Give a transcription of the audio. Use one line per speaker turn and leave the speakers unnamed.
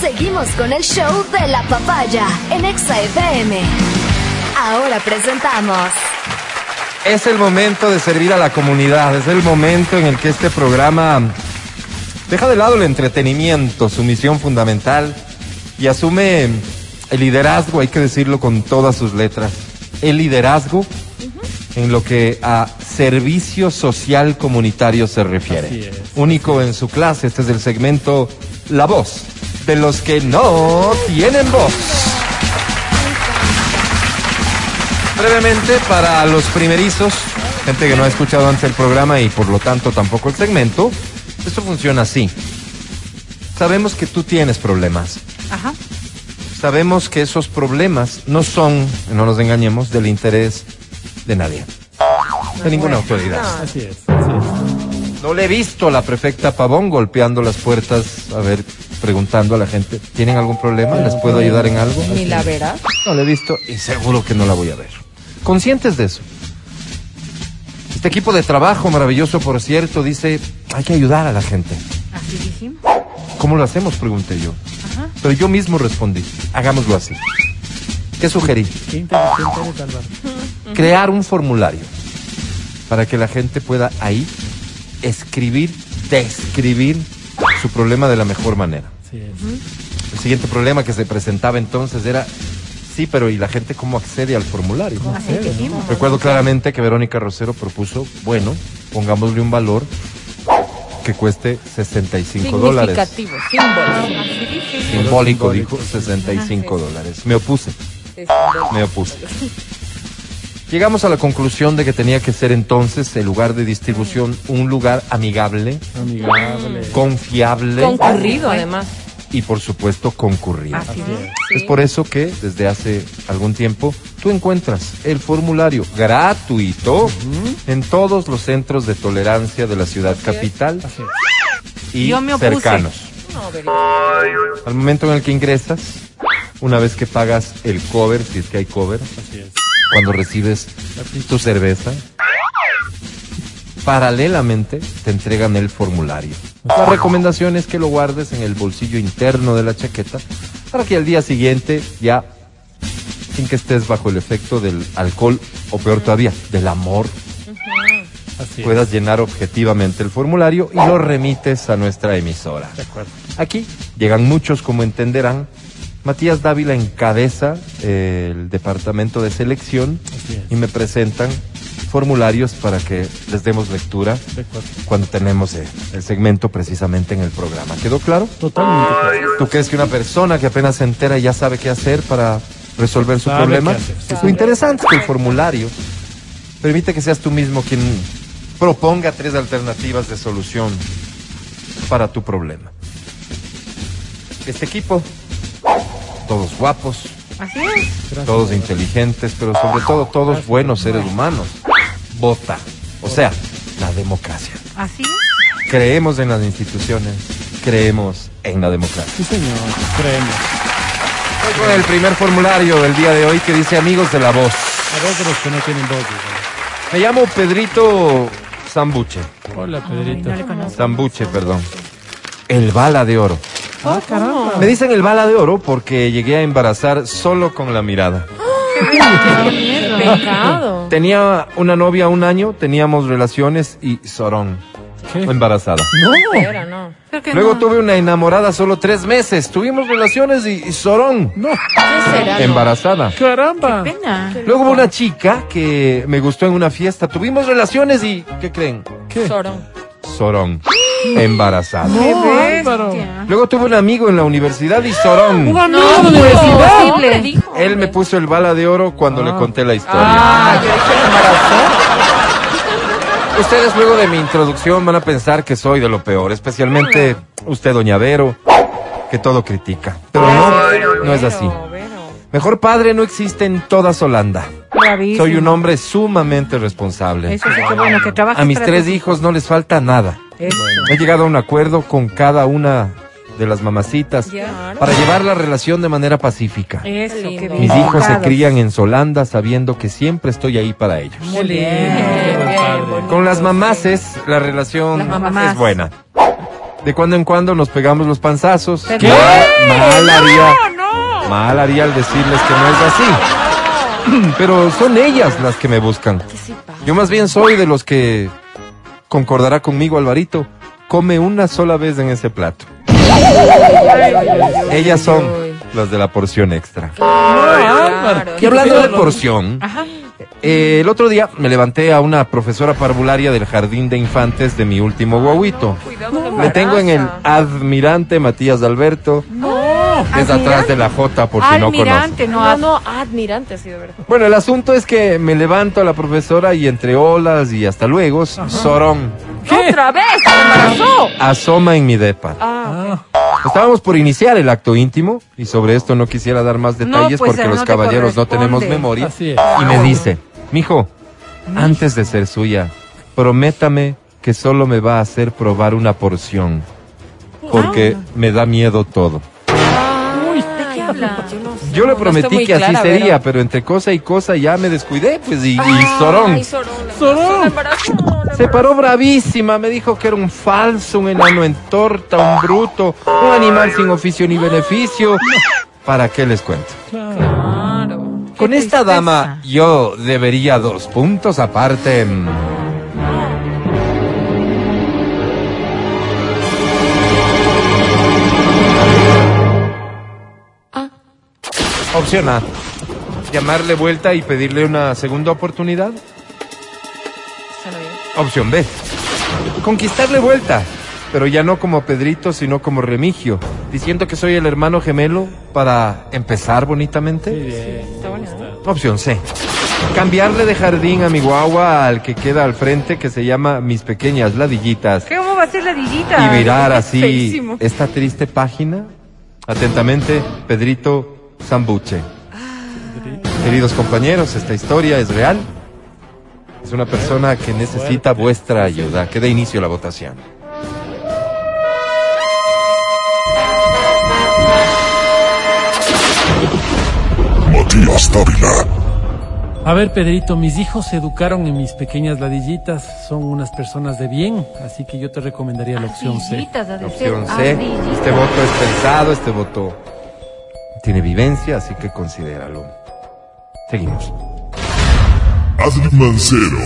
Seguimos con el show de la papaya en Exa FM. Ahora presentamos.
Es el momento de servir a la comunidad, es el momento en el que este programa deja de lado el entretenimiento, su misión fundamental, y asume el liderazgo, hay que decirlo con todas sus letras, el liderazgo en lo que a servicio social comunitario se refiere.
Así es.
Único en su clase, este es el segmento La Voz, de los que no tienen voz. Brevemente, para los primerizos, gente que no ha escuchado antes el programa y por lo tanto tampoco el segmento, esto funciona así. Sabemos que tú tienes problemas.
Ajá.
Sabemos que esos problemas no son, no nos engañemos, del interés de nadie. De ninguna autoridad.
Así es, así es.
No le he visto a la prefecta Pavón golpeando las puertas, a ver, preguntando a la gente, ¿tienen algún problema? ¿Les puedo ayudar en algo?
Ni la verás.
No la he visto y seguro que no la voy a ver. Conscientes de eso. Este equipo de trabajo maravilloso, por cierto, dice, hay que ayudar a la gente.
Así dijimos.
¿Cómo lo hacemos? Pregunté yo. Pero yo mismo respondí, hagámoslo así. ¿Qué sugerí?
Qué inteligente eres, Álvaro.
Crear un formulario para que la gente pueda ahí escribir, describir su problema de la mejor manera.
Así es.
El siguiente problema que se presentaba entonces era, sí, pero ¿y la gente cómo accede al formulario?
Así dijimos.
Recuerdo claramente que Verónica Rosero propuso, bueno, pongámosle un valor que cueste 65 dólares.
Significativo, símbolo. Así dijimos.
Simbólico, dijo, 65 dólares. Me opuse, me opuse. Llegamos a la conclusión de que tenía que ser entonces el lugar de distribución un lugar amigable,
Amigable.
confiable
Concurrido, además.
y por supuesto concurrido.
Así es.
Es por eso que desde hace algún tiempo tú encuentras el formulario gratuito en todos los centros de tolerancia de la ciudad capital
Así es.
y
Yo me opuse.
cercanos.
No, Verita.
Al momento en el que ingresas, una vez que pagas el cover, si es que hay cover,
Así es.
cuando recibes tu cerveza, paralelamente te entregan el formulario. La recomendación es que lo guardes en el bolsillo interno de la chaqueta para que al día siguiente ya, sin que estés bajo el efecto del alcohol o peor todavía, del amor,
Así es.
puedas llenar objetivamente el formulario y lo remites a nuestra emisora.
De acuerdo.
Aquí llegan muchos, como entenderán. Matías Dávila encabeza eh, el departamento de selección
Así es.
y me presentan formularios para que les demos lectura
De acuerdo.
cuando tenemos eh, el segmento precisamente en el programa. ¿Quedó claro?
Totalmente. claro.
¿Tú crees que una persona que apenas se entera ya sabe qué hacer para resolver su
Sabe
problema?
qué hacer, sí,
Lo interesante es que el formulario permite que seas tú mismo quien proponga tres alternativas de solución para tu problema. Este equipo, todos guapos,
Así es.
Gracias,
todos
Álvaro.
inteligentes, pero sobre todo todos buenos seres humanos, vota. O sea, la democracia.
Así
Creemos en las instituciones, creemos en la democracia.
Sí, señor. Créeme.
Voy con el primer formulario del día de hoy que dice amigos de la voz.
A vos de los que no tienen voz. dígame.
Me llamo Pedrito Zambuche.
Hola, Pedrito.
Zambuche, perdón. El bala de oro.
Oh,
Ah, caramba.
Me dicen el bala de oro porque llegué a embarazar solo con la mirada.
es. Pecado.
Tenía una novia un año, teníamos relaciones y sorón.
¿Qué?
Embarazada.
Era, no. Creo que
Luego
no.
tuve una enamorada solo tres meses. Tuvimos relaciones y, y sorón.
No.
¿Qué será? no?
Embarazada.
Caramba.
Pena.
Luego hubo una chica que me gustó en una fiesta. Tuvimos relaciones y... ¿Qué creen?
¿Qué?
Sorón.
Sorón. Embarazada.
Álvaro.
Luego tuve un amigo en la universidad y Sorón.
Un amigo de
No,
la universidad.
no, le dijo.
Él me puso el bala de oro cuando le conté la historia. Ustedes luego de mi introducción van a pensar que soy de lo peor, especialmente usted, doña Vero, que todo critica. Pero no, no es así. Mejor padre no existe en toda Solanda.
Bravísimo.
Soy un hombre sumamente responsable.
Eso sí que bueno, que trabajes
A mis
para
tres
ti.
hijos no les falta nada.
Eso.
He llegado a un acuerdo con cada una de las mamacitas
Ya. Eh,
para llevar la relación de manera pacífica.
Eso, qué bien.
Mis hijos se
Educados.
crían en Solanda sabiendo que siempre estoy ahí para ellos.
Muy lindo.
Bien,
qué buen
bien,
padre.
bonito.
Con las mamaces la relación
Las mamás.
es buena. de cuando en cuando nos pegamos los panzazos.
¿Qué?
Mal, mal haría,
No, no.
mal haría al decirles que no es así. Pero son ellas las que me buscan. Yo más bien soy de los que concordará conmigo Alvarito. Come una sola vez en ese plato. Ellas son las de la porción extra.
Álvaro.
Y hablando de porción, eh, el otro día me levanté a una profesora parvularia del jardín de infantes de mi último guaguito. Le tengo en el admirante Matías Alberto. Es atrás de la J por si no conoce.
Almirante, no,
No,
ad-
no, admirante ha sido, ¿verdad?
Bueno, el asunto es que me levanto a la profesora y entre olas y hasta luego, Sorón
¡Otra vez! ¡Se embarazó!
asoma en mi depa.
Ah,
Ah. Estábamos por iniciar el acto íntimo y sobre esto no quisiera dar más detalles
pues,
porque
no
los
te
caballeros no tenemos
corresponde.
memoria.
Así es.
Y me dice, mijo, antes de ser suya, prométame que solo me va a hacer probar una porción. Porque
Ah.
me da miedo todo.
¿De qué habla? Yo no sé.
Yo le
No, no está
prometí
muy
que así
clara,
sería,
Vero.
pero entre cosa y cosa ya me descuidé, pues, y, y
Ay,
sorón.
Sorón.
Sorón.
Se embarazó, la
Se
embarazó.
paró bravísima, me dijo que era un falso, un enano en torta, un bruto, un animal sin oficio ni beneficio. ¿Para qué les cuento?
Claro.
Claro.
Con esta dama yo debería dos puntos aparte. mm. Opción A. Llamarle vuelta y pedirle una segunda oportunidad.
Suena bien.
Opción B. Conquistarle vuelta. Pero ya no como Pedrito, sino como Remigio. Diciendo que soy el hermano gemelo para empezar bonitamente.
Está ¿eh? bonito.
Opción C. Cambiarle de jardín a mi guagua al que queda al frente que se llama Mis Pequeñas Ladillitas.
¿Qué, ¿Cómo va a ser la dillita?
Y virar
Es
así Eh,
feísimo.
esta triste página. Atentamente, Pedrito Zambuche. Queridos compañeros, esta historia es real. Es una persona que necesita vuestra ayuda. Que dé inicio la votación.
Matías Dávila,
A ver, Pedrito, mis hijos se educaron en mis pequeñas ladillitas. Son unas personas de bien, así que yo te recomendaría la opción C.
Dillitas, ha de ser.
Opción
Ah,
C.
dillitas.
Este voto es pensado, este voto tiene vivencia, así que considéralo. Seguimos.
Adri Mancero,